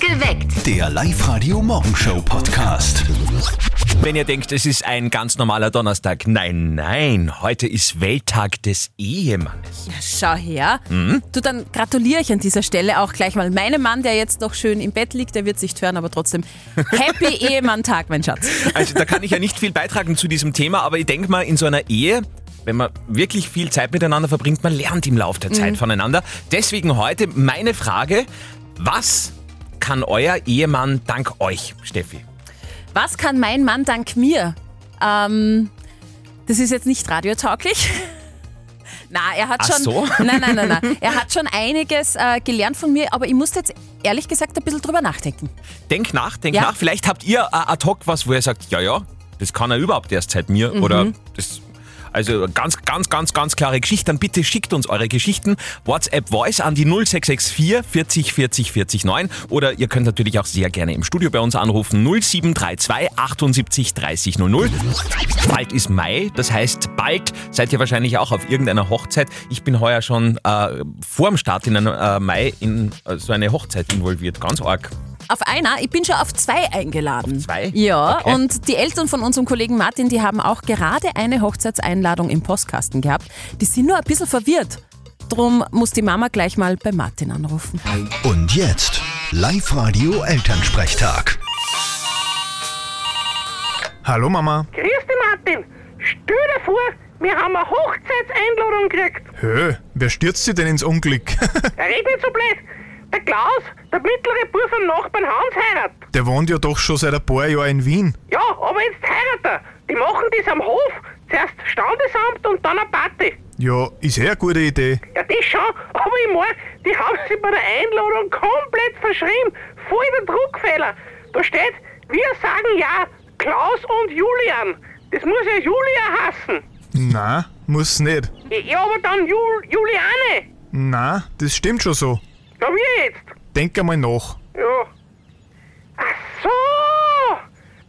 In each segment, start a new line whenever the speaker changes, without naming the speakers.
Geweckt.
Der Live-Radio-Morgenshow-Podcast.
Wenn ihr denkt, es ist ein ganz normaler Donnerstag, nein, nein, heute ist Welttag des Ehemannes.
Schau her.
Mhm.
Du, dann gratuliere ich an dieser Stelle auch gleich mal meinem Mann, der jetzt noch schön im Bett liegt. Der wird es nicht hören, aber trotzdem. Happy Ehemann-Tag, mein Schatz.
Also da kann ich ja nicht viel beitragen zu diesem Thema, aber ich denke mal, in so einer Ehe, wenn man wirklich viel Zeit miteinander verbringt, man lernt im Laufe der Zeit voneinander. Deswegen heute meine Frage, was kann euer Ehemann dank euch, Steffi?
Was kann mein Mann dank mir? Ähm, das ist jetzt nicht radiotauglich. Na, er hat
Ach
schon.
so.
Nein, nein, nein, nein. Er hat schon einiges äh, gelernt von mir, aber ich musste jetzt ehrlich gesagt ein bisschen drüber nachdenken.
Denk nach, denk
Ja.
nach. Vielleicht habt ihr äh, ad hoc was, wo ihr sagt, ja, ja, das kann er überhaupt erst seit mir. Oder das. Also ganz, ganz, ganz, ganz klare Geschichte. Dann bitte schickt uns eure Geschichten. WhatsApp Voice an die 0664 40 40 40 9. Oder ihr könnt natürlich auch sehr gerne im Studio bei uns anrufen. 0732 78 30 00. Bald ist Mai, das heißt, bald seid ihr wahrscheinlich auch auf irgendeiner Hochzeit. Ich bin heuer schon äh, vor dem Start in einem, äh, Mai in äh, so eine Hochzeit involviert. Ganz arg.
Auf einer, ich bin schon auf zwei eingeladen.
Auf zwei?
Ja,
Okay.
und die Eltern von unserem Kollegen Martin, die haben auch gerade eine Hochzeitseinladung im Postkasten gehabt. Die sind nur ein bisschen verwirrt. Drum muss die Mama gleich mal bei Martin anrufen.
Und jetzt Live-Radio-Elternsprechtag.
Hallo Mama.
Grüß dich, Martin. Stell dir vor, wir haben eine Hochzeitseinladung gekriegt.
Hö, wer stürzt sie denn ins Unglück?
Red nicht so blöd. Der Klaus, der mittlere Bub vom Nachbarn Hans heiratet.
Der wohnt ja doch schon seit ein paar Jahren in Wien.
Ja, aber jetzt heiratet er. Die machen das am Hof. Zuerst Standesamt und dann eine Party.
Ja, ist eh eine gute Idee.
Ja, das schon. Aber ich mein, die haben sich bei der Einladung komplett verschrieben. Voll der Druckfehler. Da steht, wir sagen ja, Klaus und Julian. Das muss ja Julia hassen.
Na, muss nicht.
Ja, aber dann Jul Juliane.
Na, das stimmt schon so.
Na, wie jetzt?
Denk einmal nach.
Ja. Ach so!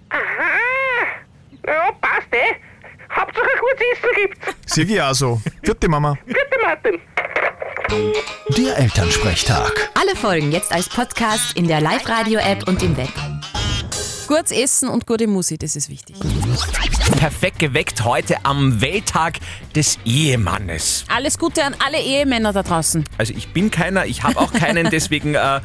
Aha! Na ja, passt eh. Hauptsache ein gutes Essen gibt's.
Sieg ich auch so. Vierte Mama.
Bitte, Martin.
Der Elternsprechtag.
Alle Folgen jetzt als Podcast in der Live-Radio-App und im Web.
Gutes Essen und gute Musik, das ist wichtig.
Perfekt geweckt heute am Welttag des Ehemannes.
Alles Gute an alle Ehemänner da draußen.
Also ich bin keiner, ich habe auch keinen, deswegen äh, äh,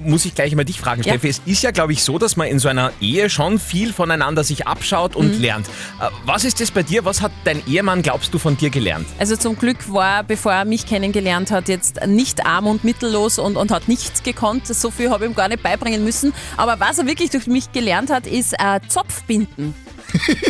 muss ich gleich mal dich fragen,
Ja.
Steffi. Es ist ja, glaube ich, so, dass man in so einer Ehe schon viel voneinander sich abschaut
Mhm.
und lernt. Äh, was ist das bei dir? Was hat dein Ehemann, glaubst du, von dir gelernt?
Also zum Glück war er, bevor er mich kennengelernt hat, jetzt nicht arm und mittellos und, und hat nichts gekonnt. So viel habe ich ihm gar nicht beibringen müssen. Aber was er wirklich durch mich gelernt hat, ist äh, Zopfbinden.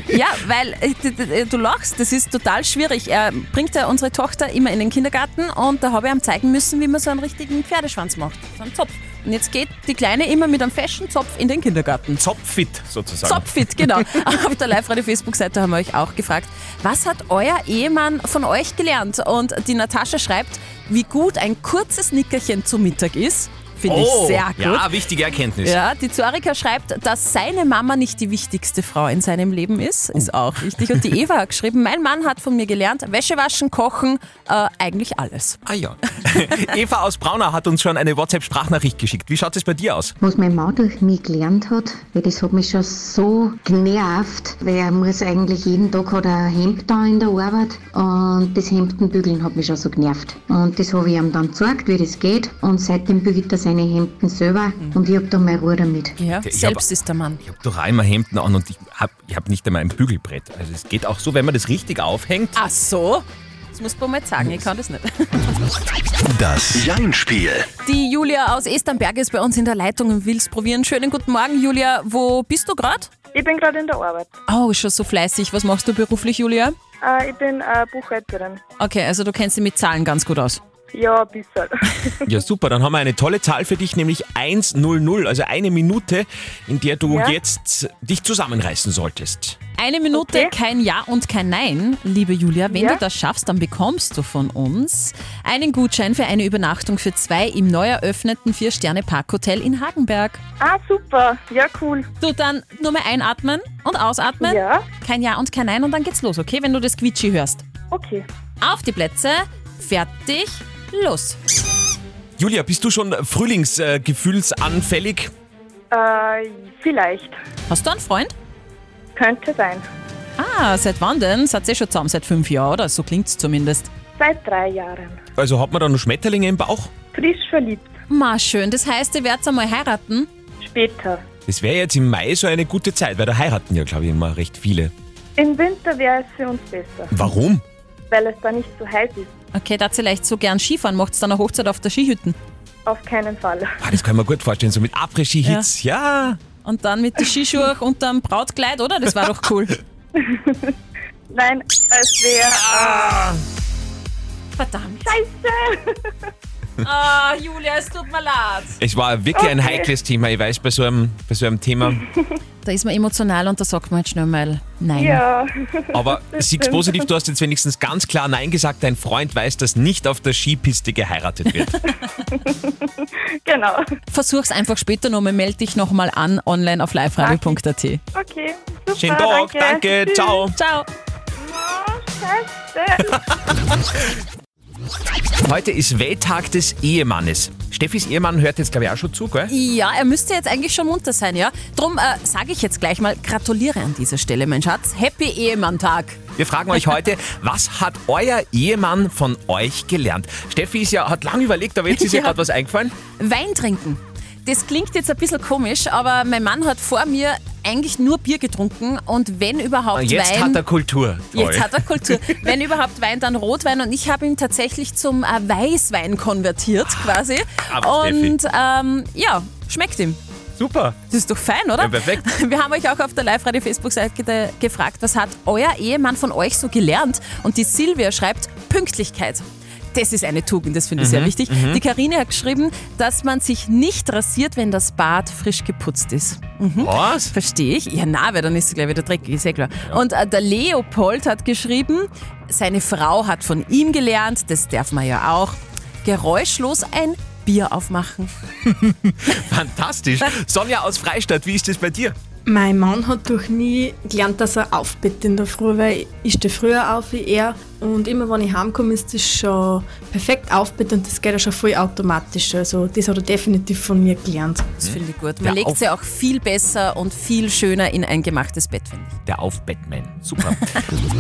ja, weil äh, d- d- du lachst, das ist total schwierig. Er bringt ja unsere Tochter immer in den Kindergarten und da habe ich ihm zeigen müssen, wie man so einen richtigen Pferdeschwanz macht, so einen Zopf. Und jetzt geht die Kleine immer mit einem fashion Zopf in den Kindergarten.
Zopffit sozusagen.
Zopfit, genau. Auf der Live-Radio-Facebook-Seite haben wir euch auch gefragt, was hat euer Ehemann von euch gelernt? Und die Natascha schreibt, wie gut ein kurzes Nickerchen zu Mittag ist. Finde ich
Oh,
sehr gut.
ja, wichtige Erkenntnis.
Ja, die Zuarika schreibt, dass seine Mama nicht die wichtigste Frau in seinem Leben ist. Ist
Oh.
auch richtig. Und die Eva hat geschrieben, mein Mann hat von mir gelernt, Wäsche waschen, kochen, äh, eigentlich alles.
Ah ja. Eva aus Braunau hat uns schon eine WhatsApp-Sprachnachricht geschickt. Wie schaut es bei dir aus?
Was mein Mann durch mich gelernt hat, weil das hat mich schon so genervt, weil er muss eigentlich jeden Tag hat er ein Hemd da in der Arbeit und das Hemdenbügeln hat mich schon so genervt. Und das habe ich ihm dann gezeigt, wie das geht und seitdem bügelt er seine Hemden selber und ich habe da meine Ruhe damit.
Ja,
Ich hab-
selbst ist der Mann.
Ich habe doch einmal Hemden an und ich habe ich hab nicht einmal ein Bügelbrett. Also es geht auch so, wenn man das richtig aufhängt.
Ach so? Das muss man mal sagen, ich kann das nicht.
Das Jein-Spiel.
Die Julia aus Esternberg ist bei uns in der Leitung und will's probieren. Schönen guten Morgen, Julia. Wo bist du gerade?
Ich bin gerade in der Arbeit.
Oh, schon so fleißig. Was machst du beruflich, Julia?
Äh, ich bin äh, Buchhalterin.
Okay, also du kennst dich mit Zahlen ganz gut aus.
Ja, ein bisschen.
Ja, super. Dann haben wir eine tolle Zahl für dich, nämlich 1.00, also eine Minute, in der du
Ja.
jetzt dich zusammenreißen solltest.
Eine Minute,
Okay.
kein Ja und kein Nein, liebe Julia. Wenn
Ja.
du das schaffst, dann bekommst du von uns einen Gutschein für eine Übernachtung für zwei im neu eröffneten Vier-Sterne-Parkhotel in Hagenberg.
ah, super. Ja, cool.
Du dann nur mal einatmen und ausatmen.
Ja.
Kein Ja und kein Nein und dann geht's los, okay? Wenn du das Quietschi hörst.
Okay.
Auf die Plätze, fertig, los.
Julia, bist du schon frühlingsgefühlsanfällig?
Äh, vielleicht.
Hast du einen Freund?
Könnte sein.
Ah, seit wann denn? Seid ihr schon zusammen? Seit fünf Jahren, oder? So klingt's zumindest.
Seit drei Jahren.
also hat man da noch Schmetterlinge im Bauch?
Frisch verliebt.
Ma, schön. Das heißt, ihr werdet einmal heiraten?
Später.
Das wäre jetzt im Mai so eine gute Zeit, weil da heiraten ja, glaube ich, immer recht viele.
Im Winter wäre es für uns besser,
Warum?
weil es da nicht so heiß ist.
Okay, da vielleicht so gern Skifahren. Macht's dann eine Hochzeit auf der Skihütten.
Auf keinen Fall.
Ah, das kann ich mir gut vorstellen, so mit Après-Ski-Hits. Ja.
Und dann mit den Skischuhen und dem Brautkleid, oder? Das war doch cool.
Nein, es wäre.
Verdammt.
Äh,
Ah, Julia, es tut mir leid.
Es war wirklich ein heikles Thema, ich weiß, bei so einem, bei so einem Thema.
Da ist man emotional und da sagt man halt schnell mal Nein.
ja.
Aber siehst positiv, du hast jetzt wenigstens ganz klar Nein gesagt. Dein Freund weiß, dass nicht auf der Skipiste geheiratet wird.
genau.
Versuch's einfach später nochmal. Melde dich nochmal an online auf liveradio.at.
Okay. Super,
Ah,
Schönen Tag, danke,
Tschüss.
ciao.
Ciao.
Oh, scheiße.
Heute ist Welttag des Ehemannes. Steffis Ehemann hört jetzt, glaube ich, auch schon zu, gell?
Ja, er müsste jetzt eigentlich schon munter sein, ja? Drum äh, sage ich jetzt gleich mal, gratuliere an dieser Stelle, mein Schatz. Happy Ehemann-Tag.
Wir fragen euch heute, was hat euer Ehemann von euch gelernt? Steffi ist ja, hat lange überlegt, aber jetzt ist ihr
Ja.
gerade was eingefallen.
Wein trinken. Das klingt jetzt ein bisschen komisch, aber mein Mann hat vor mir eigentlich nur Bier getrunken und wenn überhaupt
Ah, Jetzt
Wein.
hat er Kultur.
Jetzt hat er Kultur. Wenn überhaupt Wein, dann Rotwein. Und ich habe ihn tatsächlich zum äh, Weißwein konvertiert quasi.
Ah, Aber Steffi.
und ähm, ja, schmeckt ihm.
Super.
Das ist doch fein, oder?
Ja, perfekt.
Wir haben euch auch auf der Live-Radio-Facebook-Seite ge- gefragt, was hat euer Ehemann von euch so gelernt? Und die Silvia schreibt Pünktlichkeit. Das ist eine Tugend, das finde ich sehr
Mhm,
wichtig. Die Karine hat geschrieben, dass man sich nicht rasiert, wenn das Bad frisch geputzt ist.
Was?
Verstehe ich. Ja, na, weil dann ist es gleich wieder dreckig, ist ja klar. Und äh, der Leopold hat geschrieben, seine Frau hat von ihm gelernt, das darf man ja auch, geräuschlos ein Bier aufmachen.
Fantastisch. Sonja aus Freistadt, wie ist das bei dir?
Mein Mann hat doch nie gelernt, dass er aufbett in der Früh, weil ich stehe früher auf wie er und immer wenn ich heimkomme, ist das schon perfekt aufbett und das geht ja schon voll automatisch. Also das hat er definitiv von mir gelernt.
Das finde ich gut.
Ja,
Man legt
auf-
sie auch viel besser und viel schöner in ein gemachtes Bett, finde ich.
Der Auf-Batman. Super.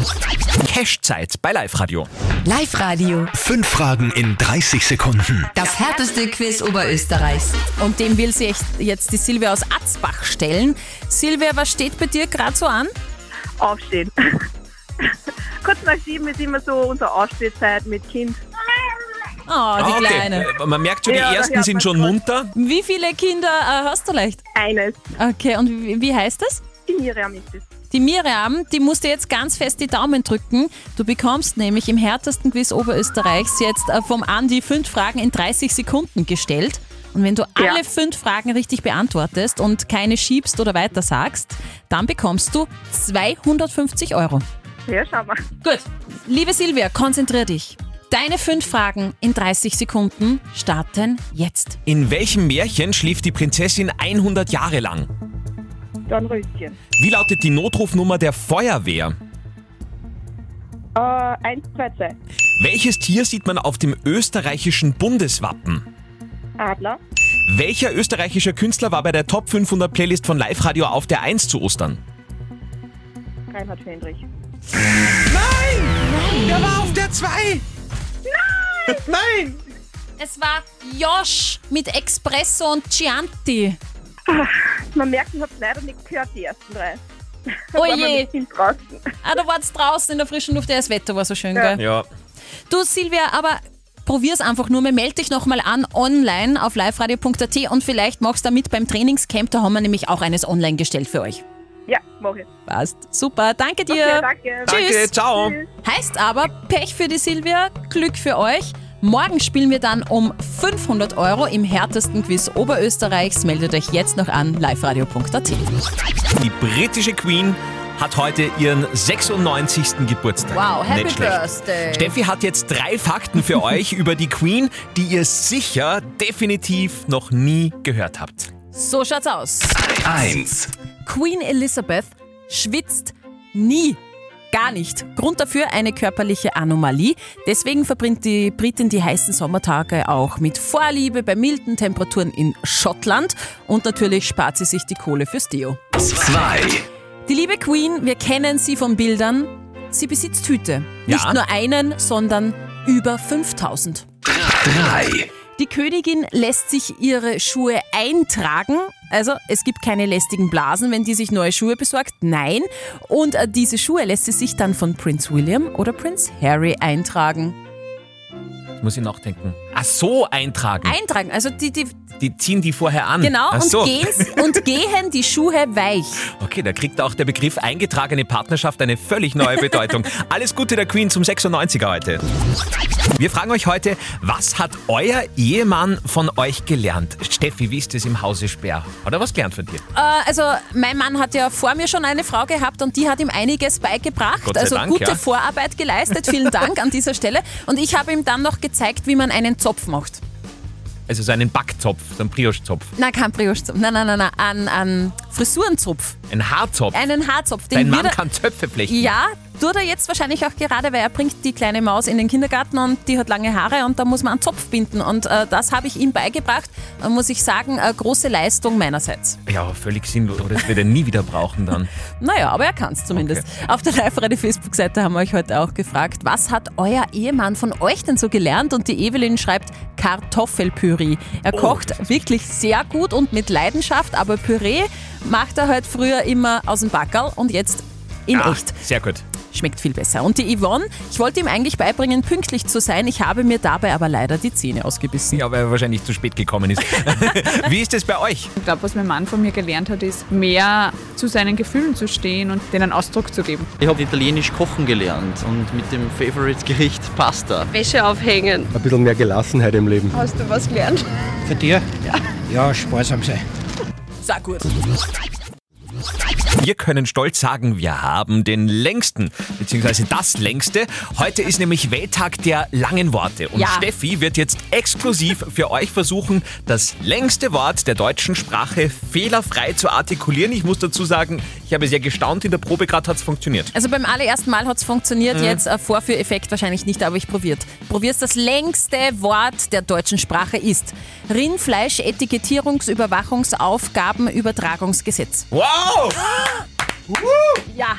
Cash-Zeit bei Live-Radio.
Live-Radio.
Fünf Fragen in 30 Sekunden.
Das härteste Quiz Oberösterreichs.
Und dem will sie echt jetzt die Silvia aus Atzbach stellen. Silvia, was steht bei dir gerade so an?
Aufstehen. Kurz nach sieben ist immer so unsere Aufstehzeit mit Kind.
Oh, die Kleine.
Äh, Man merkt schon, die
Ja, da
ersten
hört
sind
man's
schon
kurz.
munter.
Wie viele Kinder äh, hast du leicht?
Eines.
Okay, und wie, wie heißt das?
Die Miriam ist es.
Die Miriam, die musst dir jetzt ganz fest die Daumen drücken. Du bekommst nämlich im härtesten Quiz Oberösterreichs jetzt äh, vom Andi fünf Fragen in 30 Sekunden gestellt. Und wenn du
Ja.
alle fünf Fragen richtig beantwortest und keine schiebst oder weiter sagst, dann bekommst du 250 Euro.
Ja, schau mal.
Gut. Liebe Silvia, konzentrier dich. Deine fünf Fragen in 30 Sekunden starten jetzt.
In welchem Märchen schlief die Prinzessin 100 Jahre lang?
Dornröschen.
Wie lautet die Notrufnummer der Feuerwehr?
Äh, eins, zwei, zwei.
Welches Tier sieht man auf dem österreichischen Bundeswappen?
Adler.
Welcher österreichischer Künstler war bei der Top 500 Playlist von Live Radio auf der 1 zu Ostern?
Reinhard Fendrich.
Der war auf der 2!
Es war Josh mit Espresso und Chianti.
Man merkt, ich habe leider nicht gehört, die ersten drei.
Oh
War man
je,
mit Kind draußen.
ah, du warst draußen in der frischen Luft, ja, das Wetter war so schön, gell?
Ja.
Du Silvia, aber probier's einfach nur mal, melde dich nochmal an online auf liveradio.at und vielleicht machst du mit beim Trainingscamp, da haben wir nämlich auch eines online gestellt für euch.
Ja, mach ich.
Passt, super, danke dir.
Okay, danke.
Tschüss.
Danke, ciao.
Heißt aber Pech für die Silvia, Glück für euch. Morgen spielen wir dann um 500 Euro im härtesten Quiz Oberösterreichs. Meldet euch jetzt noch an liveradio.at.
Die britische Queen hat heute ihren 96. Geburtstag.
Wow, happy
Nicht schlecht.
birthday.
Steffi hat jetzt drei Fakten für euch über die Queen, die ihr sicher definitiv noch nie gehört habt.
So schaut's aus.
Eins.
Queen Elizabeth schwitzt nie. Gar nicht. Grund dafür eine körperliche Anomalie. Deswegen verbringt die Britin die heißen Sommertage auch mit Vorliebe bei milden Temperaturen in Schottland. Und natürlich spart sie sich die Kohle fürs Deo. Die liebe Queen, wir kennen sie von Bildern. Sie besitzt Hüte.
Ja.
Nicht nur einen, sondern über 5000. Die Königin lässt sich ihre Schuhe eintragen. Also es gibt keine lästigen Blasen, wenn die sich neue Schuhe besorgt. Nein. Und äh, diese Schuhe lässt sie sich dann von Prinz William oder Prinz Harry eintragen.
Jetzt muss ich nachdenken. Ach so, eintragen.
Eintragen. Also die, die
die ziehen die vorher an.
genau
Hm. Ach
und,
so.
gehen, und gehen die Schuhe weich.
Okay, da kriegt auch der Begriff eingetragene Partnerschaft eine völlig neue Bedeutung. Alles Gute der Queen zum 96er heute. Wir fragen euch heute, was hat euer Ehemann von euch gelernt? Steffi, wie ist es im Hause Speer? Hat er was gelernt von dir?
Äh, also mein Mann hat ja vor mir schon eine Frau gehabt und die hat ihm einiges beigebracht.
Gott sei
also
Dank,
gute
ja.
Vorarbeit geleistet. Vielen Dank an dieser Stelle. Und ich habe ihm dann noch gezeigt, wie man einen Zopf macht.
Also so einen Backzopf, so einen Brioche-Zopf,
Na, kein Brioche-Zopf. Nein, nein, nein, nein. An, an Frisurenzopf.
einen Haarzopf.
Einen Haarzopf.
Dein
wird
Mann
er-
kann Zöpfe flechten.
Ja, tut er jetzt wahrscheinlich auch gerade, weil er bringt die kleine Maus in den Kindergarten und die hat lange Haare und da muss man einen Zopf binden. Und äh, das habe ich ihm beigebracht. Und muss ich sagen, äh, große Leistung meinerseits.
Ja, aber völlig sinnlos. Oder das wird er nie wieder brauchen dann.
Naja, aber er kann es zumindest. Auf der Live-Radio-Facebook-Seite haben wir euch heute auch gefragt, was hat euer Ehemann von euch denn so gelernt? Und die Evelyn schreibt Kartoffelpüree. Er kocht wirklich sehr gut und mit Leidenschaft, aber Püree macht er halt früher immer aus dem Backerl und jetzt in
Ah,
echt.
Sehr gut.
Schmeckt viel besser. Und die Yvonne, ich wollte ihm eigentlich beibringen, pünktlich zu sein. Ich habe mir dabei aber leider die Zähne ausgebissen.
Ja, weil er wahrscheinlich zu spät gekommen ist. wie ist es bei euch?
Ich glaube, was mein Mann von mir gelernt hat, ist, mehr zu seinen Gefühlen zu stehen und denen Ausdruck zu geben.
Ich habe Italienisch kochen gelernt und mit dem Favorite-Gericht Pasta.
Wäsche aufhängen.
Ein bisschen mehr Gelassenheit im Leben.
Hast du was gelernt?
Für dir? Ja, sparsam sein.
Sehr gut.
Wir können stolz sagen, wir haben den längsten, beziehungsweise das längste. Heute ist nämlich Welttag der langen Worte. Und
Ja.
Steffi wird jetzt exklusiv für euch versuchen, das längste Wort der deutschen Sprache fehlerfrei zu artikulieren. Ich muss dazu sagen, ich habe sehr gestaunt in der Probe, gerade hat es funktioniert.
Also beim allerersten Mal hat es funktioniert, jetzt ein Vorführeffekt wahrscheinlich nicht, aber ich probiert. Probier's das längste Wort der deutschen Sprache ist. Rindfleisch Etikettierungsüberwachungsaufgaben Übertragungsgesetz.
Wow!
Ja,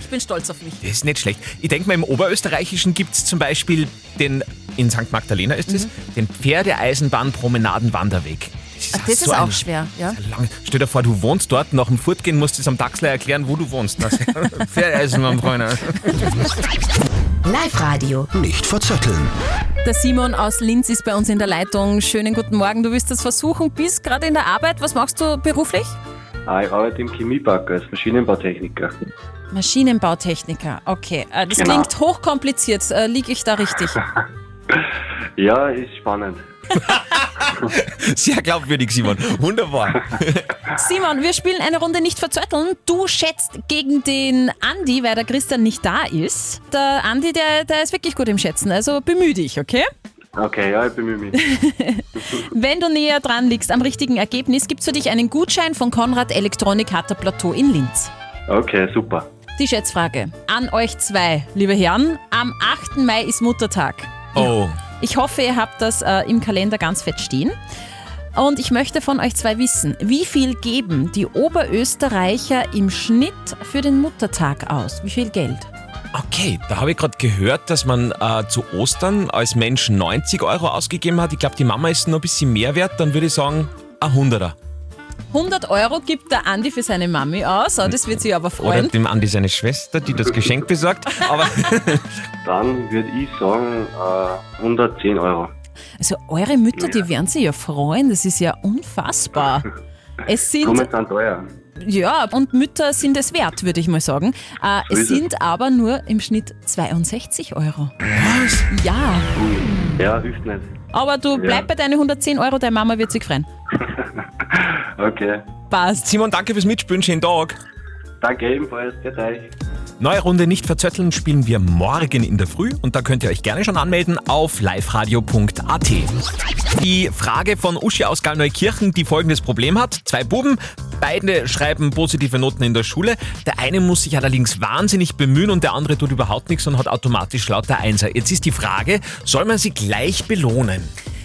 ich bin stolz auf mich.
Das ist nicht schlecht. Ich denke mal, im Oberösterreichischen gibt es zum Beispiel den, in St. Magdalena ist es, den Pferdeeisenbahnpromenadenwanderweg.
Mhm. Ach, das ist
ein-
auch schwer, ja.
Lange. Stell dir vor, du wohnst dort, nach dem Fortgehen musst du es am Dachsler erklären, wo du wohnst. Pferdeeisenbahnbräuner.
Live-Radio.
Nicht verzetteln.
Der Simon aus Linz ist bei uns in der Leitung. Schönen guten Morgen, du willst das versuchen, bist gerade in der Arbeit. Was machst du beruflich?
Ah, ich arbeite im Chemiepark als Maschinenbautechniker.
Maschinenbautechniker, okay. Äh, Das
Genau.
klingt hochkompliziert. Äh, Liege ich da richtig?
Ja, ist spannend.
Sehr glaubwürdig, Simon. Wunderbar.
Simon, wir spielen eine Runde nicht verzötteln. Du schätzt gegen den Andi, weil der Christian nicht da ist. Der Andi, der, der ist wirklich gut im Schätzen, also bemühe dich, okay?
Okay, ja, ich bemühe mich.
Wenn du näher dran liegst am richtigen Ergebnis, gibt's für dich einen Gutschein von Konrad Elektronik Hatter Plateau in Linz.
Okay, super.
Die Schätzfrage an euch zwei, liebe Herren. Am 8. Mai ist Muttertag.
Oh.
Ich hoffe, ihr habt das äh, im Kalender ganz fett stehen. Und ich möchte von euch zwei wissen, wie viel geben die Oberösterreicher im Schnitt für den Muttertag aus? Wie viel Geld?
Okay, da habe ich gerade gehört, dass man äh, zu Ostern als Mensch 90 Euro ausgegeben hat. Ich glaube, die Mama ist noch ein bisschen mehr wert. Dann würde ich sagen, ein Hunderter.
100 Euro gibt der Andi für seine Mami aus. Oh, das wird sie aber
Oder
freuen.
dem Andi seine Schwester, die das Geschenk besorgt. Aber
Dann würde ich sagen äh, 110 Euro.
Also eure Mütter, die werden sich ja freuen. Das ist ja unfassbar. Es sind,
Momentan teuer.
ja, und Mütter sind es wert, würde ich mal sagen. Äh,
So
es
ist es.
sind aber nur im Schnitt 62 Euro. Was? Ja.
Ja, hilft nicht.
Aber du bleib bei deinen 110 Euro, deine Mama wird sich freuen.
Okay.
Passt.
Simon, danke fürs Mitspielen. Schönen Tag.
Danke ebenfalls. Für euch.
Neue Runde nicht verzötteln spielen wir morgen in der Früh und da könnt ihr euch gerne schon anmelden auf liveradio.at. Die Frage von Uschi aus Gallneukirchen, die folgendes Problem hat. Zwei Buben Beide schreiben positive Noten in der Schule. Der eine muss sich allerdings wahnsinnig bemühen und der andere tut überhaupt nichts und hat automatisch lauter Einser. Jetzt ist die Frage, soll man sie gleich belohnen?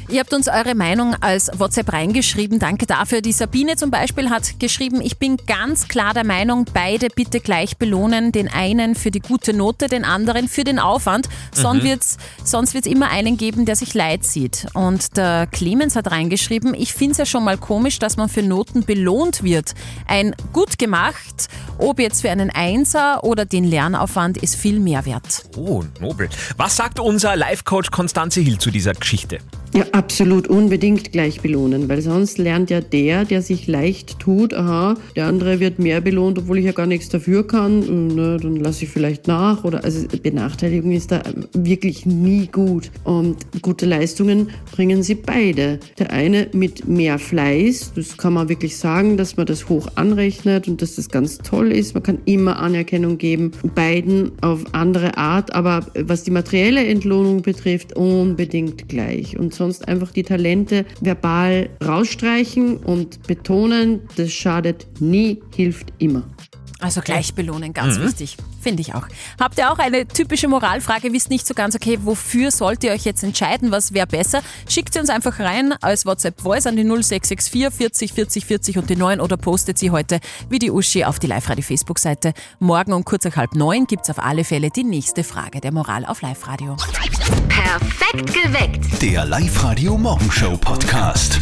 Ihr habt uns eure Meinung als WhatsApp reingeschrieben. Danke dafür. Die Sabine zum Beispiel hat geschrieben, ich bin ganz klar der Meinung, beide bitte gleich belohnen. Den einen für die gute Note, den anderen für den Aufwand. Sonst
Mhm.
wird's, sonst wird's immer einen geben, der sich leid sieht. Und der Clemens hat reingeschrieben, ich find's ja schon mal komisch, dass man für Noten belohnt wird. Ein gut gemacht, ob jetzt für einen Einser oder den Lernaufwand, ist viel mehr wert.
Oh, nobel. Was sagt unser Life-Coach Konstanze Hill zu dieser Geschichte?
Ja, absolut unbedingt gleich belohnen, weil sonst lernt ja der, der sich leicht tut, aha, der andere wird mehr belohnt, obwohl ich ja gar nichts dafür kann, und, ne, dann lasse ich vielleicht nach oder also Benachteiligung ist da ähm, wirklich nie gut und gute Leistungen bringen sie beide. Der eine mit mehr Fleiß, das kann man wirklich sagen, dass man das hoch anrechnet und dass das ganz toll ist, man kann immer Anerkennung geben, beiden auf andere Art, aber was die materielle Entlohnung betrifft, unbedingt gleich. Und sonst einfach die Talente verbal rausstreichen und betonen, das schadet nie, hilft immer.
Also gleich belohnen, ganz
Mhm.
wichtig. Finde ich auch. Habt ihr auch eine typische Moralfrage, wisst nicht so ganz, okay, wofür sollt ihr euch jetzt entscheiden, was wäre besser? Schickt sie uns einfach rein als WhatsApp-Voice an die 0664 40 40 40 und die 9 oder postet sie heute wie die Uschi auf die Live-Radio-Facebook-Seite. Morgen um kurz nach halb neun gibt's auf alle Fälle die nächste Frage der Moral auf Live-Radio.
Perfekt geweckt.
Der Live-Radio Morgenshow Podcast.